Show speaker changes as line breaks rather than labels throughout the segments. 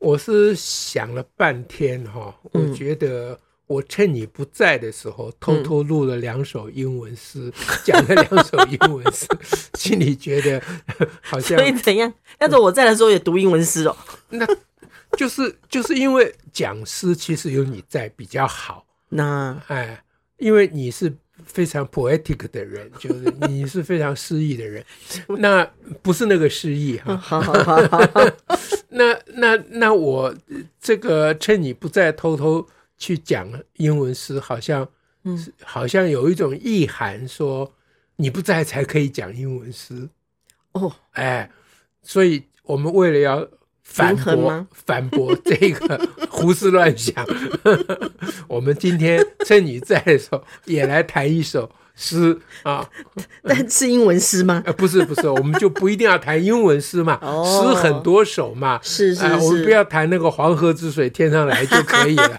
我是想了半天哈，我
嗯
觉得我趁你不在的时候，偷偷录了两首英文诗，
嗯
讲了两首英文 诗，心里觉得好像
所以怎样？要是我在的时候也读英文诗哦。
那就是就是因为讲师其实有你在比较好，
那
哎，因为你是非常 poetic 的人，就是你是非常诗意的人，那不是那个诗意哈。
好好好好好，
那那那我呃这个趁你不在偷偷去讲英文诗，好像
嗯，
好像有一种意涵说，你不在才可以讲英文诗，
哦，
哎，所以我们为了要反
平衡
驳
吗
反驳这个胡思乱想， 我们今天趁你在的时候也来谈一首诗啊，
但是英文诗吗？
呃，不是不是，我们就不一定要谈英文诗嘛，
哦
诗很多首嘛，
是是
哎我们
是，
不要谈那个黄河之水天上来就可以了。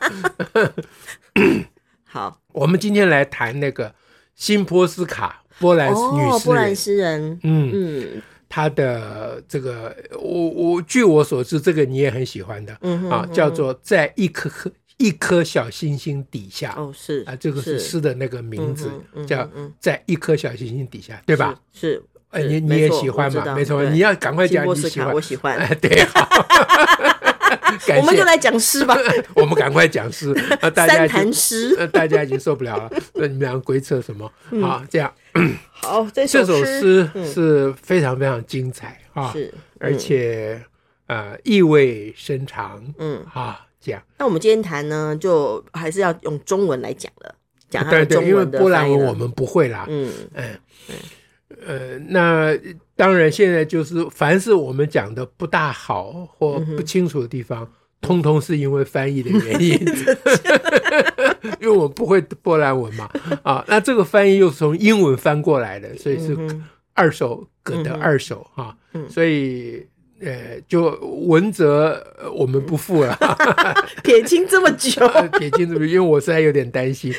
好
我们今天来谈那个辛波斯卡波兰女
哦，
诗
波兰
人，
诗人，
嗯，
嗯
她的这个，我我据我所知，这个你也很喜欢的
嗯哼
啊，
嗯
叫
哼
做在一颗颗一颗小星星底下
哦是
啊，这个是诗的那个名字
嗯哼嗯哼
叫
嗯
在一颗小星星底下，对吧？？
是是，
哎，
是
你你
没
也
错
喜欢
我知
嘛？
道
没错，
对
你要赶快
金
讲
波
你
斯
喜
卡，
欢
我，喜欢。
哎，对，好， 感谢，
我们就来讲诗吧，
我们赶快讲诗啊，大家
三
就
坛诗。
呃，大家已经受不了了，那你们俩鬼扯什么？好，这样
好，这
这首
诗嗯
诗是非常非常精彩啊，
是，
而且呃意味深长
嗯，
啊，这样
那我们今天谈呢，就还是要用中文来讲了，讲它
对
的
对，
中
因为
文的
波兰
翻译
文
了
我们不会啦，
嗯
嗯呃，那当然现在就是凡是我们讲的不大好或
嗯
不清楚的地方。通通是因为翻译的 原因， 因为我不会波兰文嘛，啊，那这个翻译又是从英文翻过来的，所以是
嗯
二手歌的
嗯哼
二手哈、
嗯
所以呃，就文则呃我们不 负了，
撇清这么 久，
呃撇清这个，因为我实在有点担心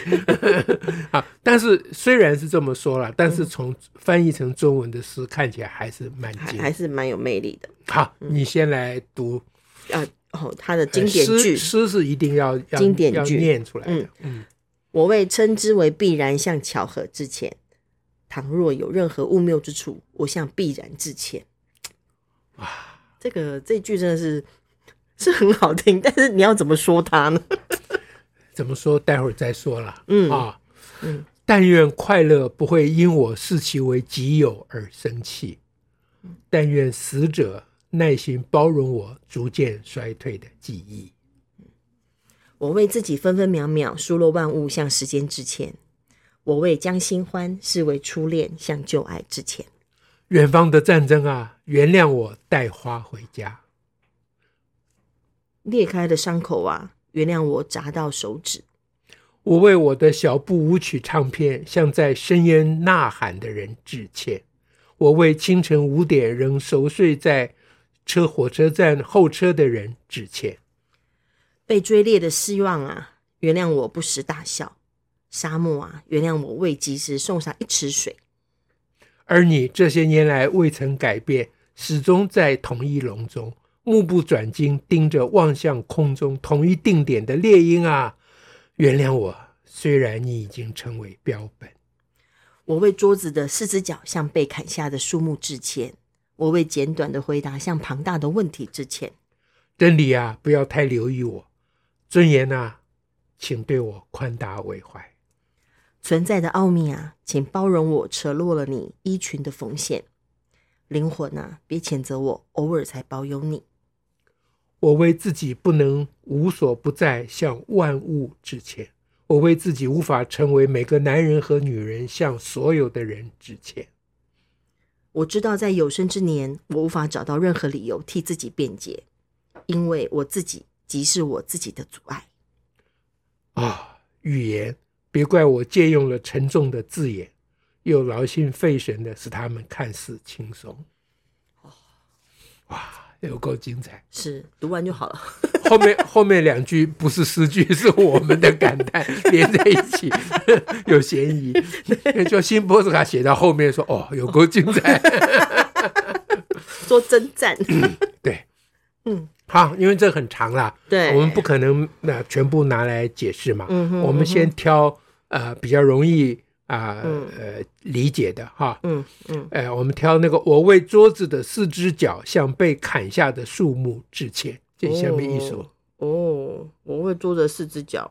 啊。但是虽然是这么说了，但
嗯
是从翻译成中文的诗看起来还是蛮
还
精。
还是蛮有魅力的
好，你先来读
啊。哦，他的
呃
经典
诗
句，
诗是一定要要
经典
要
句
念出来的
嗯。
嗯，
我未称之为必然，向巧合致歉。倘若有任何误谬之处，我向必然致歉。这个这句真的是是很好听，但是你要怎么说它呢？
怎么说？待会儿再说了。
嗯
啊，
嗯，
但愿快乐不会因我视其为己有而生气，
嗯
但愿死者耐心包容我逐渐衰退的记忆。
我为自己分分秒秒疏漏万物向时间致歉。我为将新欢视为初恋向旧爱致歉。
远方的战争啊，原谅我带花回家。
裂开的伤口啊，原谅我扎到手指。
我为我的小步舞曲唱片向在深渊呐喊的人致歉。我为清晨五点仍熟睡在车火车站候车的人致歉。
被追猎的希望啊，原谅我不时大笑；沙漠啊，原谅我未及时送上一池水。
而你这些年来未曾改变，始终在同一笼中，目不转睛盯着望向空中同一定点的猎鹰啊！原谅我，虽然你已经成为标本。
我为桌子的四只脚向被砍下的树木致歉；我为简短的回答向庞大的问题致歉。
真理啊，不要太留意我；尊严啊，请对我宽大为怀。
存在的奥秘啊，请包容我扯落了你衣裙的缝线。灵魂啊，别谴责我，偶尔才保有你。
我为自己不能无所不在向万物致歉，我为自己无法成为每个男人和女人向所有的人致歉。
我知道在有生之年，我无法找到任何理由替自己辩解，因为我自己即是我自己的阻碍。
啊，语言，别怪我借用了沉重的字眼，又劳心费神的使他们看似轻松。哇，有够精彩！
是读完就好了。
后面 后面两句不是诗句， 是我们的感叹 连在一起， 有嫌疑。就辛波斯卡写到后面说：“哦，有够精彩。
说真赞，
对，
嗯，
好，因为这很长啦，
对，
我们不可能那、呃全部拿来解释嘛。
嗯哼
我们先挑呃比较容易啊呃,、
嗯
理解的哈。
嗯嗯，
呃，我们挑那个我为桌子的四只脚向被砍下的树木致歉，这下面一首、
哦，我会坐着四只脚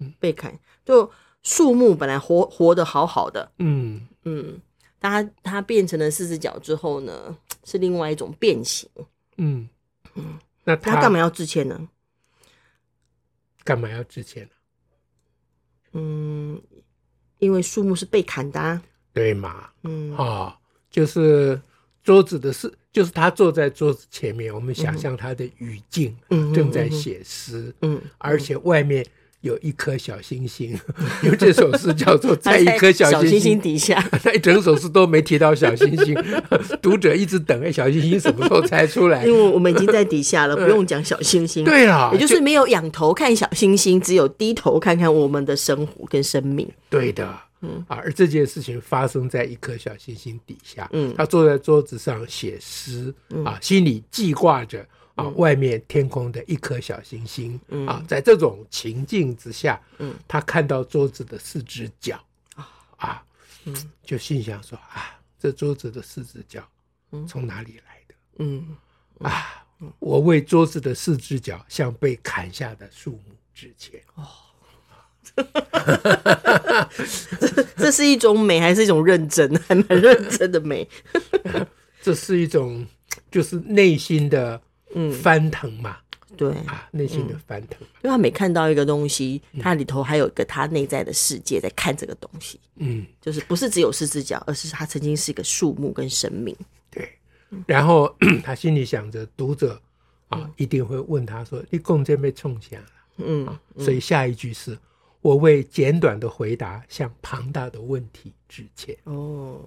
嗯
被砍，就树木本来活活得好好的，
嗯，
嗯，它它变成了四只脚之后呢，是另外一种变形。
嗯那
他
他
干嘛要致歉呢？
干嘛要致歉呢？啊
嗯，因为树木是被砍的、啊，
对嘛？
嗯，
哦，就是桌子的事，就是他坐在桌子前面，我们想象他的语境、
嗯哼
正在写诗，
嗯，
而且外面有一颗小星星，因为这首诗 叫做《在一颗
小
星
星
星》。
底下，
那一整首诗都没提到小星星，读者一直等哎，小星星什么时候才出来
因？为我们已经在底下 了，不用讲小星星。
对啊啦，
也就是没有仰头看小星星，只有低头看看我们的生活跟生命。
对的，嗯啊，而这件事情发生在一颗小星星底下，
嗯
他坐在桌子上写诗，啊，心里记挂着啊，
嗯
外面天空的一颗小星星，啊，在这种情境之下，
嗯，
他看到桌子的四只脚，
啊
啊，就心想说啊，这桌子的四只脚
嗯
从哪里来的
嗯，
啊？我为桌子的四只脚向被砍下的树木致歉。
这是一种美，还是一种认真？ 还蛮认真的美。
这是一种就是内心的翻腾嘛，
对，
啊，内心的翻腾嘛，
因为他每看到一个东西，它里头还有一个他内在的世界在看这个东西，
嗯，
就是不是只有四只脚，而是它曾经是一个树木跟生命。
对。然后 他心里想着，读者啊一定会问他说：“你共这被冲下了
嗯，？”
所以下一句是：“我为简短的回答向庞大的问题致歉。
哦，”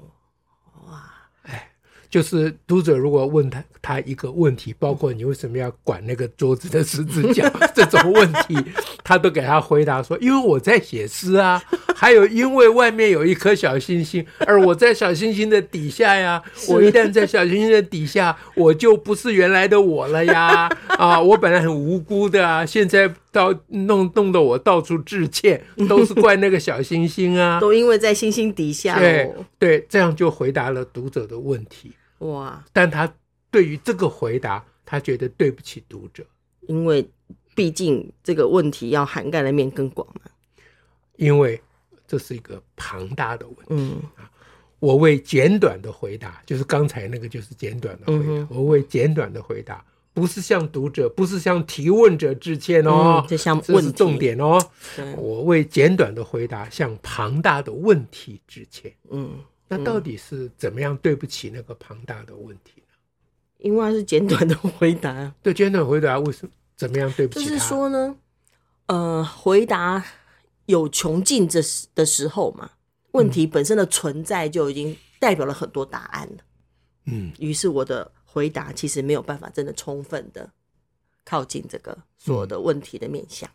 就是读者如果问他他一个问题，包括你为什么要管那个桌子的十字架这种问题，他都给他回答说：因为我在写诗啊，还有因为外面有一颗小星星，而我在小星星的底下呀，我一旦在小星星的底下，我就不是原来的我了呀！啊，我本来很无辜的啊，现在到弄弄得我到处致歉，都是怪那个小星星啊。
都因为在星星底下
对
哦，
对，这样就回答了读者的问题。
哇，
但他对于这个回答，他觉得对不起读者，
因为毕竟这个问题要涵盖的面更广嘛。
因为这是一个庞大的问题。
嗯
我为简短的回答，就是刚才那个就是简短的回答。
嗯
我为简短的回答，不是向读者，不是向提问者致歉哦，
嗯就向
这
问
是
题
重点哦。
对
我为简短的回答向庞大的问题致歉。
嗯，
那到底是怎么样对不起那个庞大的问题呢？
因为它是简短的回答，
对简短回答为什么怎么样对不
就
起他？
是说呢，呃，回答有穷尽这时的时候嘛，问题本身的存在就已经代表了很多答案了。
嗯
于是我的回答其实没有办法真的充分的靠近这个所有的问题的面向。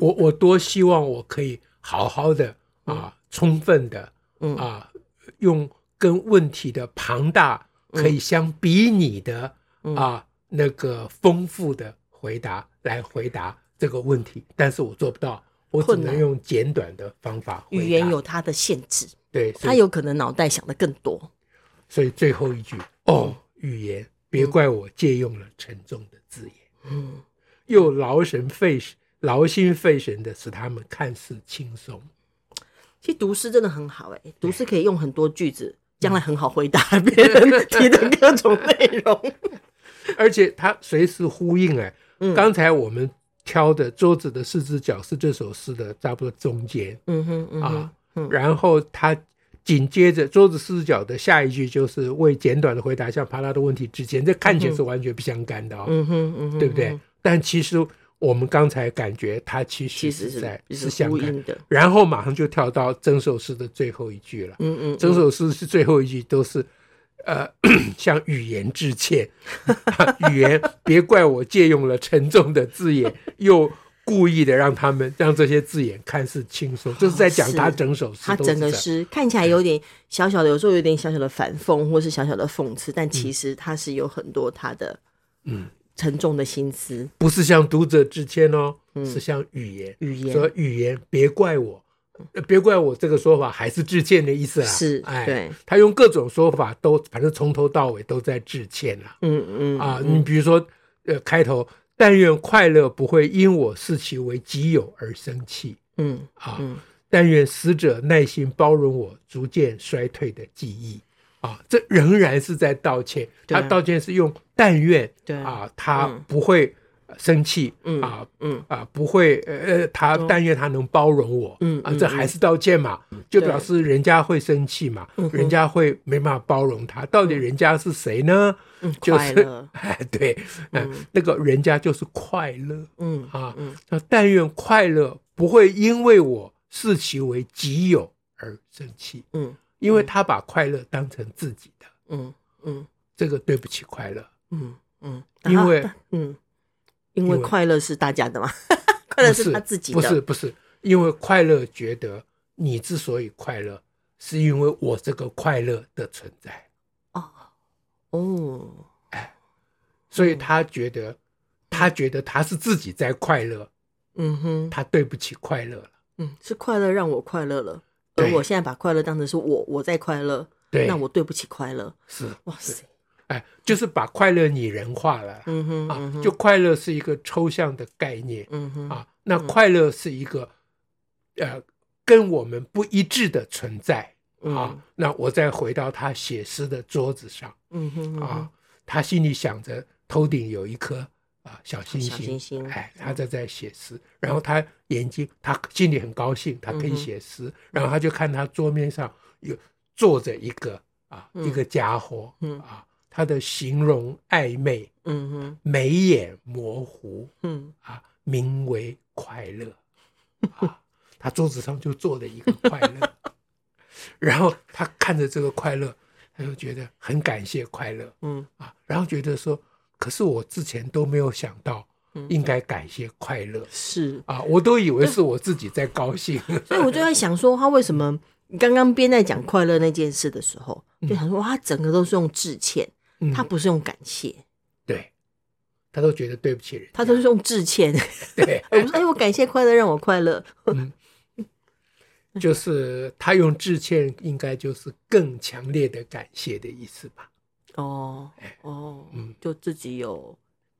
我我多希望我可以好好的啊，充分的
嗯
啊，用跟问题的庞大
嗯
可以相比拟的、啊，那个丰富的回答来回答这个问题，但是我做不到，我只
困难
能用简短的方法回答。
语言有它的限制，
对，所
它
以
有可能脑袋想的更多。
所以最后一句哦，语言别怪我借用了沉重的字眼，
嗯
又劳神费神、劳心费神的使他们看似轻松。
其实读诗真的很好哎、读诗可以用很多句子，将来很好回答别人提的各种内容。
而且它随时呼应哎、
嗯
刚才我们挑的桌子的四只脚是这首诗的差不多中间
嗯哼嗯哼
啊，然后它紧接着桌子四只脚的下一句就是为简短的回答向帕拉的问题之前，这看起来是完全不相干的哦，
嗯哼嗯哼，
对不对？但其实我们刚才感觉他其实
其实
是在
是
是
是
想
呼
看
应的。
然后马上就跳到整首诗的最后一句了。
嗯嗯，
整首诗是最后一句都是，呃， 向语言致歉， 语言别怪我借用了沉重的字眼，又故意的让他们让这些字眼看似轻松，就是在讲
哦是
他整首诗
他
都是
整个
这样
诗看起来有点小小的，有时候有点小小的反讽，或是小小的讽刺，但其实他是有很多他的
嗯
沉重的心思
不是向读者致歉哦，
嗯
是向语言
语言。
说语言别怪我。呃别怪我这个说法还是致歉的意思啊，
是
哎，
对，
他用各种说法都，反正从头到尾都在致歉了。
嗯嗯
啊，
嗯
你比如说，呃，开头“但愿快乐不会因我视其为己有而生气
嗯
啊，
嗯
但愿死者耐心包容我逐渐衰退的记忆啊，这仍然是在道歉。
对
他道歉是用“但愿”
对
啊，他
嗯
不会呃生气
嗯
啊
嗯哦
啊，不会呃呃，他但愿他能包容我，
嗯
啊
嗯，
这还是道歉嘛，就
对嗯
表示人家会生气嘛，人家会没办法包容他，到底人家是谁呢？
嗯，
就
快
是
乐，
哎， 对，嗯，那个人家就是快乐
嗯
啊
嗯，
那但愿快乐不会因为我视其为己有而生气，
嗯
因为他把快乐当成自己的，
嗯嗯
这个对不起快乐，
嗯嗯，
因为
然后嗯，因为
因为
快乐是大家的嘛， 快乐
不
他自己的，
不是不是，因为快乐觉得你之所以快乐，是因为我这个快乐的存在，
哦哦，
所以他觉得他觉得他是自己在快乐，
嗯哼，
他对不起快乐了，
嗯，是快乐让我快乐了，而
对
我现在把快乐当成是我我在快乐，
对，
那我对不起快乐，
是
哇塞，
哎，就是把快乐拟人化了啦。
嗯哼，嗯
啊，
哼
就快乐是一个抽象的概念
嗯哼，
啊，那快乐是一个呃跟我们不一致的存在啊
嗯。
那我再回到他写诗的桌子上
嗯哼，嗯哼
啊，他心里想着头顶有一颗啊小星
小星星
哎，他在在写诗，然后他眼睛他心里很高兴，他可
嗯
以
哼
写诗，然后他就看他桌面上有坐着一个啊一
嗯
个家伙
嗯
啊，他的形容暧昧。
嗯哼，
眉眼模糊
嗯
啊，名为快乐 啊。他桌子上就坐了一个快乐，然后他看着这个快乐，他就觉得很感谢快乐
嗯
啊，然后觉得说，可是我之前都没有想到
嗯
应该感谢快乐
是，
啊，我都以为是我自己在高兴。
所以我就在想说，他为什么刚刚边在讲快乐那件事的时候，就想说，哇，他整个都是用致歉，
嗯
他不是用感谢，
对，他都觉得对不啊起人家，
他都是用致歉。
对，
我不是，哎，我感谢快乐让我快乐，
就是他用致歉，应该就是更强烈的感谢的意思吧。
哦哦
嗯，
就自己有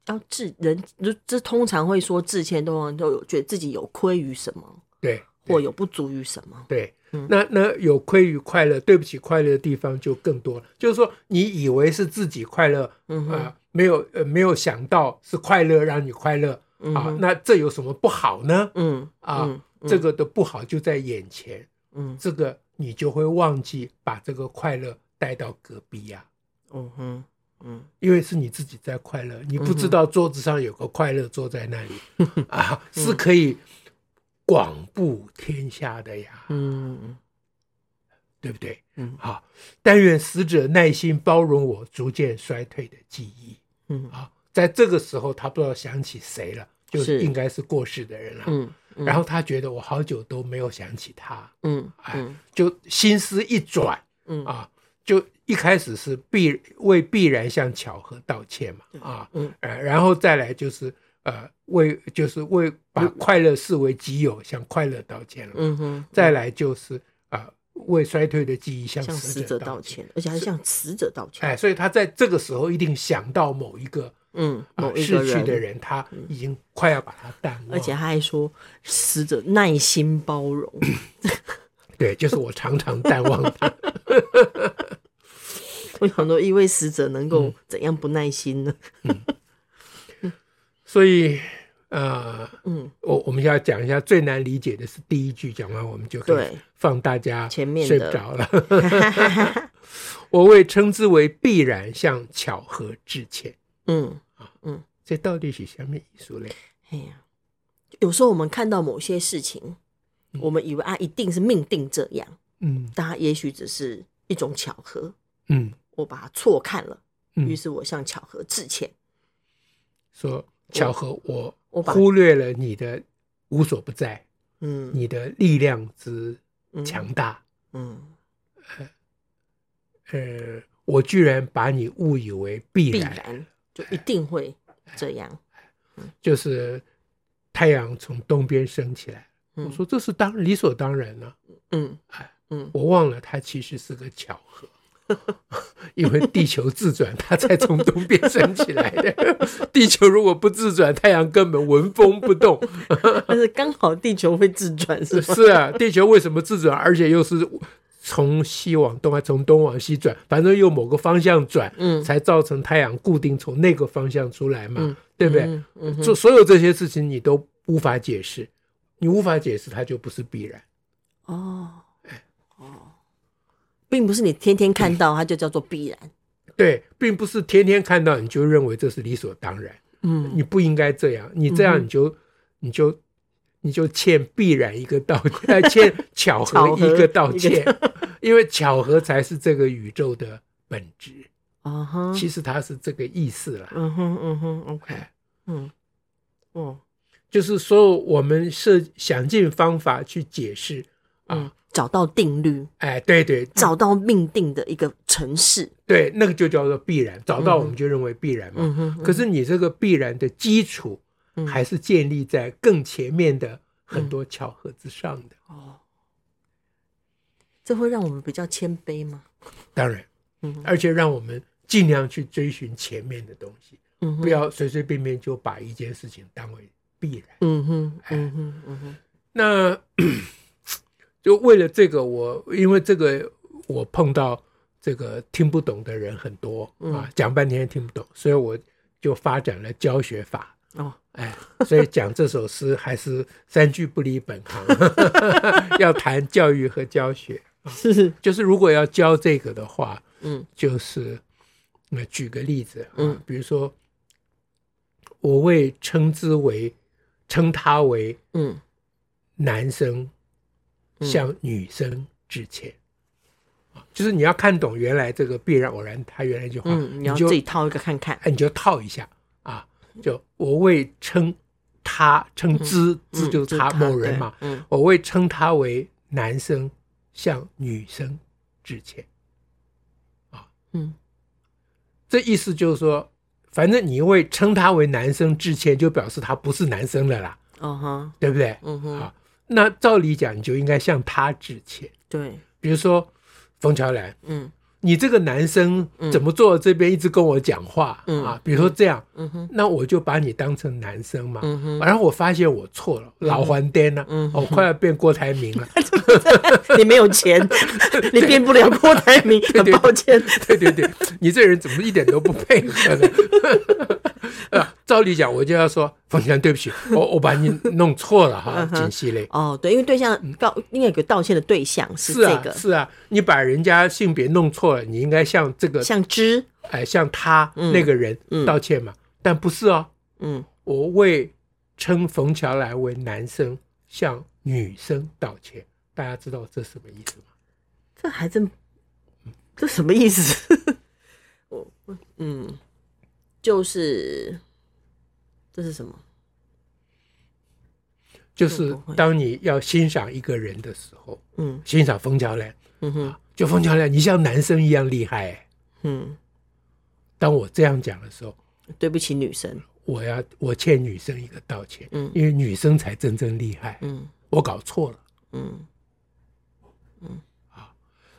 要致人，就这通常会说致歉，通常都有觉得自己有亏于什么，
对，
或有不足于什么，
对
嗯，
那那有亏于快乐，对不起快乐的地方就更多了。就是说，你以为是自己快乐，
嗯
啊、
哼，
没有呃没有想到是快乐让你快乐
嗯
啊、
哼
那这有什么不好呢？
嗯
啊、
嗯嗯
这个的不好就在眼前，
嗯
这个你就会忘记把这个快乐带到隔壁呀、
嗯哼嗯
因为是你自己在快乐，你不知道桌子上有个快乐坐在那里、 啊，
嗯
是可以广布天下的呀。
嗯
对不对？
嗯
好，但愿死者耐心包容我逐渐衰退的记忆
嗯
啊！在这个时候，他不知道想起谁了，就是是应该是过世的人了。
嗯嗯
然后他觉得我好久都没有想起他，
嗯
哎，
嗯
就心思一转
嗯
啊，就一开始是必为必然向巧合道歉嘛啊，
嗯
呃，然后再来就是呃为就是为把快乐视为己有，向快乐道歉了。
嗯哼，
再来就是啊、为衰退的记忆向
向
死
死者道
道。
歉，而且还向死者道歉，
哎，所以他在这个时候一定想到某一个、
嗯，
啊
某一
逝
个
去的
人。
人，他已经快要把他淡忘。
而且他还说，死者耐心包容。
对，就是我常常淡忘 他。
我想说，一位死者能够怎样不耐心呢？
所以呃，
嗯，
我我们要讲一下最难理解的是第一句，讲完我们就可以
对
放大家
前面
睡
的
不着了。 我为称之为必然向巧合致歉。
嗯
这到底是什么艺术嘞？
哎呀，有时候我们看到某些事情，我们以为啊一定是命定这样，
嗯
但它也许只是一种巧合，
嗯
我把它错看了，于
嗯，
是我向巧合致歉。
说巧合，我
我把
忽略了你的无所不在，
嗯
你的力量之
嗯
强大，
嗯，
呃，我居然把你误以为必
必
然，
然就一定会这样。
就是太阳从东边升起来。
嗯
我说这是当理所当然啊呢、
嗯
哎
嗯
我忘了它其实是个巧合， 因为地球自转，它才从东边升起来的。 地球如果不自转，太阳根本纹风不动。
但是刚好地球会自转，是吗？
是啊，地球为什么自转，而且又是从西往东啊，从东往西转，反正又某个方向转，
嗯
才造成太阳固定从那个方向出来嘛，
嗯
对不对？
嗯嗯哼
所所有这些事情你都无法解释，你无法解释，它就不是必然。
哦
哎
哦，并不是你天天看到它就叫做必
嗯
然。
对，并不是天天看到你就认为这是理所当然，
嗯
你不应该这样，你这样你就、你就你就欠必然一个道歉，呃欠巧合一个道歉， 因为巧合才是这个宇宙的本质，
啊哈，
其实它是这个意思啦。
嗯哼嗯哼，OK，
哎，
嗯哦
就是说我们是想尽方法去解释，啊
嗯，找到定律，
哎，对对
找到命定的一个程式。
对，那个就叫做必然，找到
嗯哼
我们就认为必然嘛。
嗯哼，
可是你这个必然的基础
嗯，
还是建立在更前面的很多巧合之上的。
哦，这会让我们比较谦卑吗？
当然，
嗯
而且让我们尽量去追寻前面的东西，
嗯
不
哼，
要随随便便就把一件事情当为必然。
嗯哼，嗯哼，嗯哼，
那 就为了这个，我因为这个我碰到这个听不懂的人很多啊，讲半天听不懂，所以我就发展了教学法。
哦，
哎，所以讲这首诗还是三句不离本行， 要谈教育和教学。
是，
就是如果要教这个的话，
嗯
就是那举个例子，
嗯
嗯，比如说，我为称之为称他为
嗯
男生
嗯
向女生致歉，啊就是你要看懂原来这个必然偶然，他原来就话，
嗯，你要
就
自己套一个看看。
哎，你就套一下啊，就我为称他称之，之
嗯
就是他某人嘛，，
对嗯
我为称他为男生向女生致歉。
嗯
这意思就是说，反正你为称他为男生致歉，就表示他不是男生了啦，
哦哈，
对不对？
嗯哼，
啊，那照理讲，你就应该向他致歉。
对，
比如说，冯乔兰，
嗯
你这个男生怎么坐这边一直跟我讲话、
嗯
啊？比如说这样，
嗯哼，
那我就把你当成男生嘛。
嗯哼，
然后我发现我错了，老还颠了，
嗯
我快要变郭台铭了。
你没有钱，你变不了郭台铭，很
对
抱歉。
对对 对，你这人怎么一点都不配合呢？ 呃，照理讲，我就要说，冯强，对不起，我我把你弄错了哈，锦溪嘞。
哦，对，因为对象告应该有个道歉的对象是
是
这
啊，
个，
是啊，你把人家性别弄错了，你应该向这个，
像之，
哎，向他
嗯
那个人
嗯
道歉嘛。但不是哦，
嗯
我为称冯乔兰为男生，向女生道歉。大家知道这什么意思吗？
这还真，这什么意思？ 我我嗯，就是这是什么？
就是当你要欣赏一个人的时候，
嗯
欣赏冯乔兰，
嗯哼
就冯乔兰，你像男生一样厉害、哎
嗯，
当我这样讲的时候，
对不起，女生，
我要我欠女生一个道歉，
嗯
因为女生才真正厉害，
嗯
我搞错了。
嗯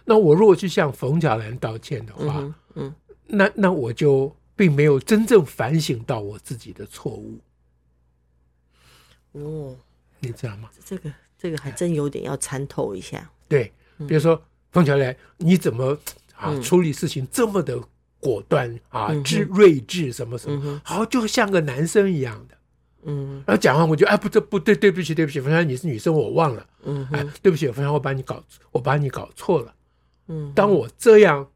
那我如果去向冯小兰道歉的
嗯
话，
哼嗯
那那我就并没有真正反省到我自己的错误，
哦，
你知道吗？
这个这个还真有点要参透一下，
对，比如说冯小兰，你怎么啊、
嗯
处理事情这么的果断啊
嗯哼，
智睿智什么什
嗯
么
哼，
好就像个男生一样的。
嗯
然后讲完我就啊不这不对，对不起对不起，冯小兰你是女生我忘了，
嗯
哎
哼
对不起冯小兰我把你搞我把你搞错了。
嗯，
当我这样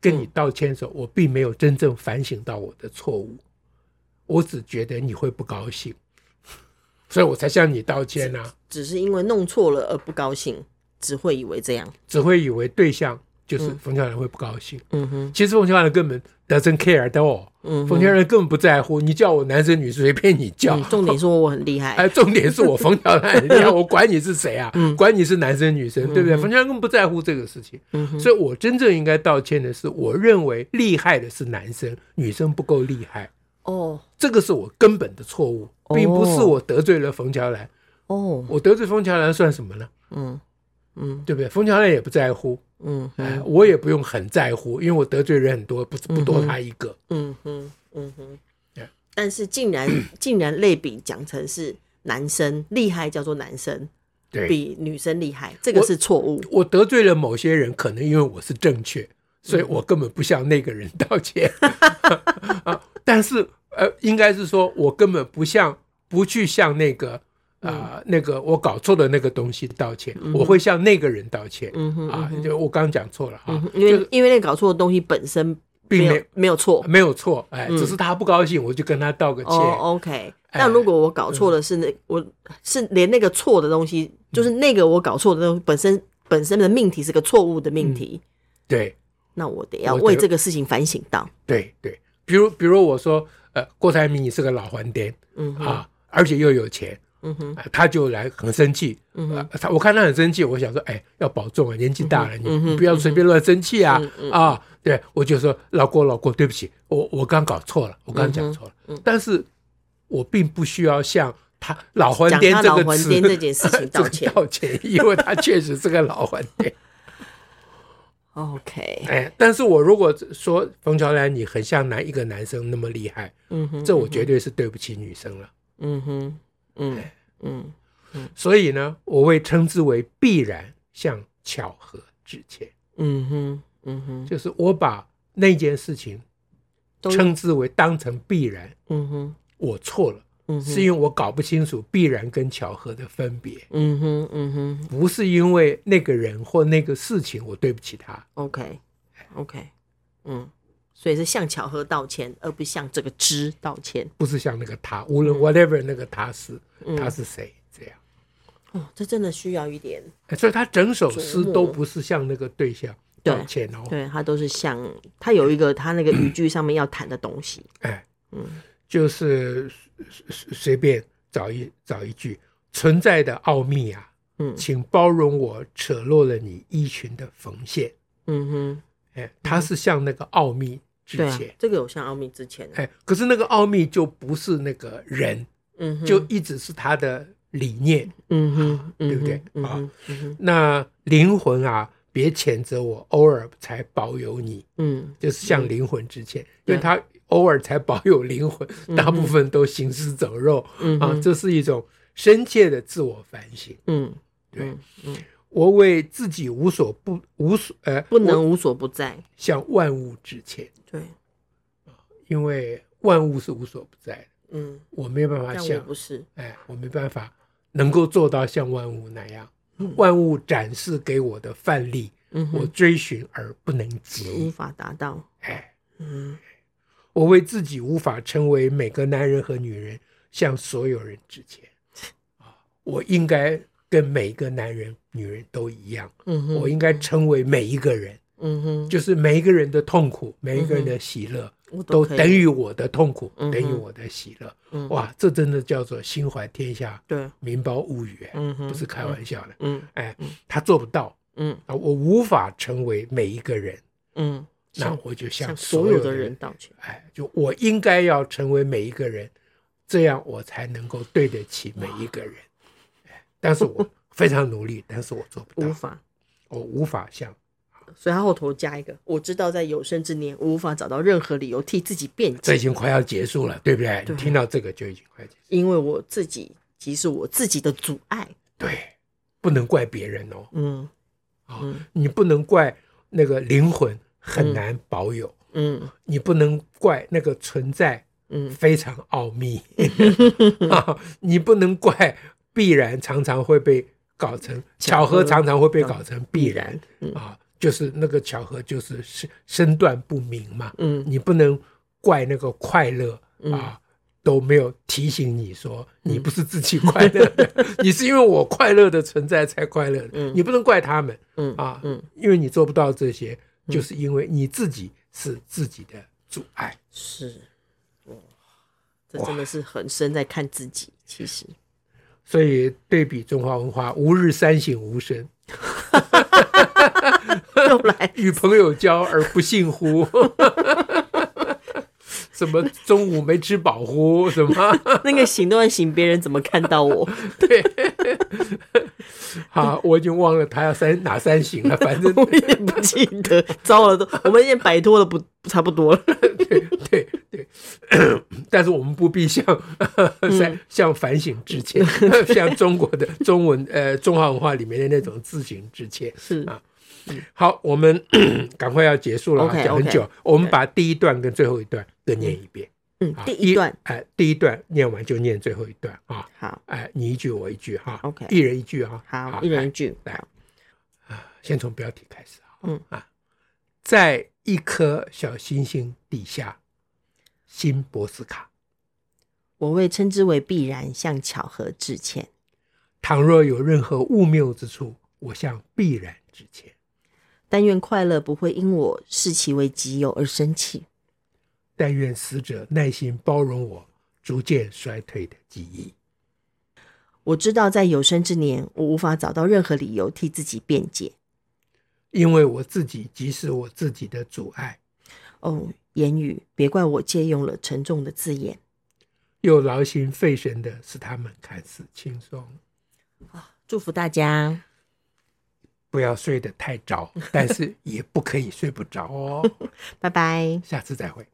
跟你道歉的时候，我并没有真正反省到我的错误，我只觉得你会不高兴，所以我才向你道歉啊。
只是因为弄错了而不高兴，只会以为这样。
只会以为对象就是冯小兰会不高兴，
嗯哼，
其实冯小兰根本 doesn't care at all，
嗯
冯
哼，
小兰根本不在乎，你叫我男生女生随便你叫
嗯，重点说我很厉害，
哎，重点是我冯小兰，你看我管你是谁啊，
嗯
管你是男生女生，对不对？冯小兰根本不在乎这个事情，
嗯哼，
所以我真正应该道歉的是，我认为厉害的是男生，女生不够厉害，
哦
这个是我根本的错误，
哦
并不是我得罪了冯乔兰，
哦，
我得罪冯乔兰算什么呢？
嗯嗯
对不对？冯乔兰也不在乎，
嗯
哎，我也不用很在乎，因为我得罪人很多，不是不多他一个。
嗯哼嗯哼
Yeah，
但是竟 然竟然类比讲成是男生厉害叫做男生，
对，
比女生厉害，这个
我
是错误。
我得罪了某些人，可能因为我是正
嗯
确，所以我根本不向那个人道歉。 啊但是呃，应该是说我根本不向不去向那个
嗯
啊、呃那个我搞错的那个东西道歉，我会向那个人道歉。
嗯哼
啊，就我刚刚讲错了啊
嗯，哼，因为因为那搞错的东西本身
并
没
没
有没有错。
没有错，哎，只是他不高兴，我就跟他道个歉。
嗯哦，OK。
哎嗯
但如果我搞错的是那我是连那个错的东西，就是那个我搞错的东西本身本身的命题是个错误的命题，
对
那我得要
嗯我得
为这个事情反省到。
对对，比如比如我说，呃，郭台铭你是个老还颠
嗯哼，
啊，而且又有钱，
嗯哼，
啊他就来很生气。
嗯
呃他我看他很生气，我想说，哎，要保重啊，年纪大了，你
嗯哼
你不要随便乱生气啊
嗯嗯
啊！对，我就说老郭老郭，对不起，我我刚搞错了，我刚讲错了
嗯哼嗯，
但是我并不需要向他老还
讲
颠
他
这
老
个
还
词
颠这件事情道
这个
歉
道歉，因为他确实是个老还 颠。
OK，
哎，但是我如果说冯乔兰你很像男一个男生那么厉害，
嗯哼，
这我绝对是对不起女生了。
嗯哼，嗯
哎
嗯，
所以呢，我会称之为必然向巧合致歉，
嗯哼，嗯哼，
就是我把那件事情
都
称之为当成必然，
嗯哼，
我错了，
嗯
是因为我搞不清楚必然跟巧合的分别，
嗯哼，嗯哼
不是因为那个人或那个事情我对不起他。
，OK，OK，嗯，所以是向巧合道歉，而不向这个知道歉。
不是像那个他，无论
嗯
whatever 那个他是，他是谁这样。
哦，这真的需要一点，
哎所以他整首诗
琢磨
都不是向那个对象
对
道歉哦，
对他都是向他有一个他那个语句上面要谈的东西。嗯
哎，就是随随随便找一找一句存在的奥秘啊，
嗯
请包容我扯落了你衣裙的缝线，
嗯哼，
哎，他是向那个奥秘致
对啊
歉，，
这个有向奥秘之前的，
哎，可是那个奥秘就不是那个人，
嗯哼，
就一直是他的理念，
嗯哼，嗯哼
对不对
嗯
啊
哼，嗯哼，
那灵魂啊，别谴责我，偶尔才保有你。
嗯
就是向灵魂致歉，因
对
为他偶尔才保有灵魂，大部分都行尸走肉
嗯
啊，这是一种深切的自我反省。
嗯，
对
嗯嗯，
我为自己无所不无所呃，
不
我
能无所不在。
向万物致歉，
对，
因为万物是无所不在的，
嗯，
我没有办法
但我
像
不是，
哎，我没办法能够做到像万物那样。万物展示给我的范例，
嗯
我
哼，
追寻而不能及
无。法达到。
哎，
嗯
我为自己无法成为每个男人和女人，向所有人致歉。啊，我应该跟每一个男人、女人都一样，
嗯哼，
我应该成为每一个人，
嗯哼，
就是每一个人的痛苦，每一个
嗯
人的喜乐，
我
都
可以
等于我的痛苦，
嗯哼
等于我的喜乐。
嗯
哇，这真的叫做心怀天下，
对，
民胞物语，哎
嗯哼，
不是开玩笑的。
嗯
哎，他做不到
嗯
啊，我无法成为每一个人，
嗯，
那
向
我就向
向
所
所
有
有的
的人
人道歉。
哎，就我应该要成为每一个人，这样我才能够对得起每一个人。哎但是我非常努力，但是我做不
无
到，
法，
我无法像
所以他后头加一个，我知道在有生之年无法找到任何理由替自己辩
这
解
已，经快要结束了，对不对？
对
你听到这个就已经快结束，
因为我自己即是我自己的阻碍。
对，不能怪别人哦，
嗯
啊、
嗯
你不能怪那个灵魂很难保有，
嗯
你不能怪那个存在
嗯
非常奥 秘，啊你不能怪必然常常会被搞成巧合，常常会被搞成必然啊，就是那个巧合就是身身段不明嘛，
嗯
你不能怪那个快乐啊，都没有提醒你说
嗯
你不是自己快乐的， 你是因为我快乐的存在才快乐的，
嗯
你不能怪他们
嗯
啊，
嗯，
因为你做不到这些，就是因为你自己是自己的阻碍。
是，哇，这真的是很深在看自己，其实
所以对比中华文化，吾日三省吾身，
又来
与朋友交而不信乎？ 什么中午没吃饱乎？什么？
那个行都在行，别人怎么看到 我？
好，啊我已经忘了他要三哪三省了，反正
我也不记得，糟了都，我们已经摆脱了不差不多了。
对对对， 但是我们不必向
嗯
向向反省致歉， 像中国的中文呃中华文化里面的那种自省致歉。
是嗯
啊好，我们 赶快要结束了啊，
OK，
讲很
OK，
久，我们把第一段跟最后一段各念一遍。
嗯
啊，
第一段
哎、第一段念完就念最后一段啊，
好，
哎、你一句我一句哈
OK
一人一句哈，
好，一人一句，
来先从标题开始啊。
嗯
啊，在一颗小星星底下，新博斯卡。
我为称之为必然向巧合致歉。
倘若有任何误谬之处，我向必然致歉。
但愿快乐不会因我视其为己有而生气。
但愿死者耐心包容我逐渐衰退的记忆。
我知道在有生之年，我无法找到任何理由替自己辩解。
因为我自己即是我自己的阻碍，
哦，言语，别怪我借用了沉重的字眼。
又劳心费神的使他们看似轻松。
祝福大家，
不要睡得太着，但是也不可以睡不着哦。
拜拜。
下次再会。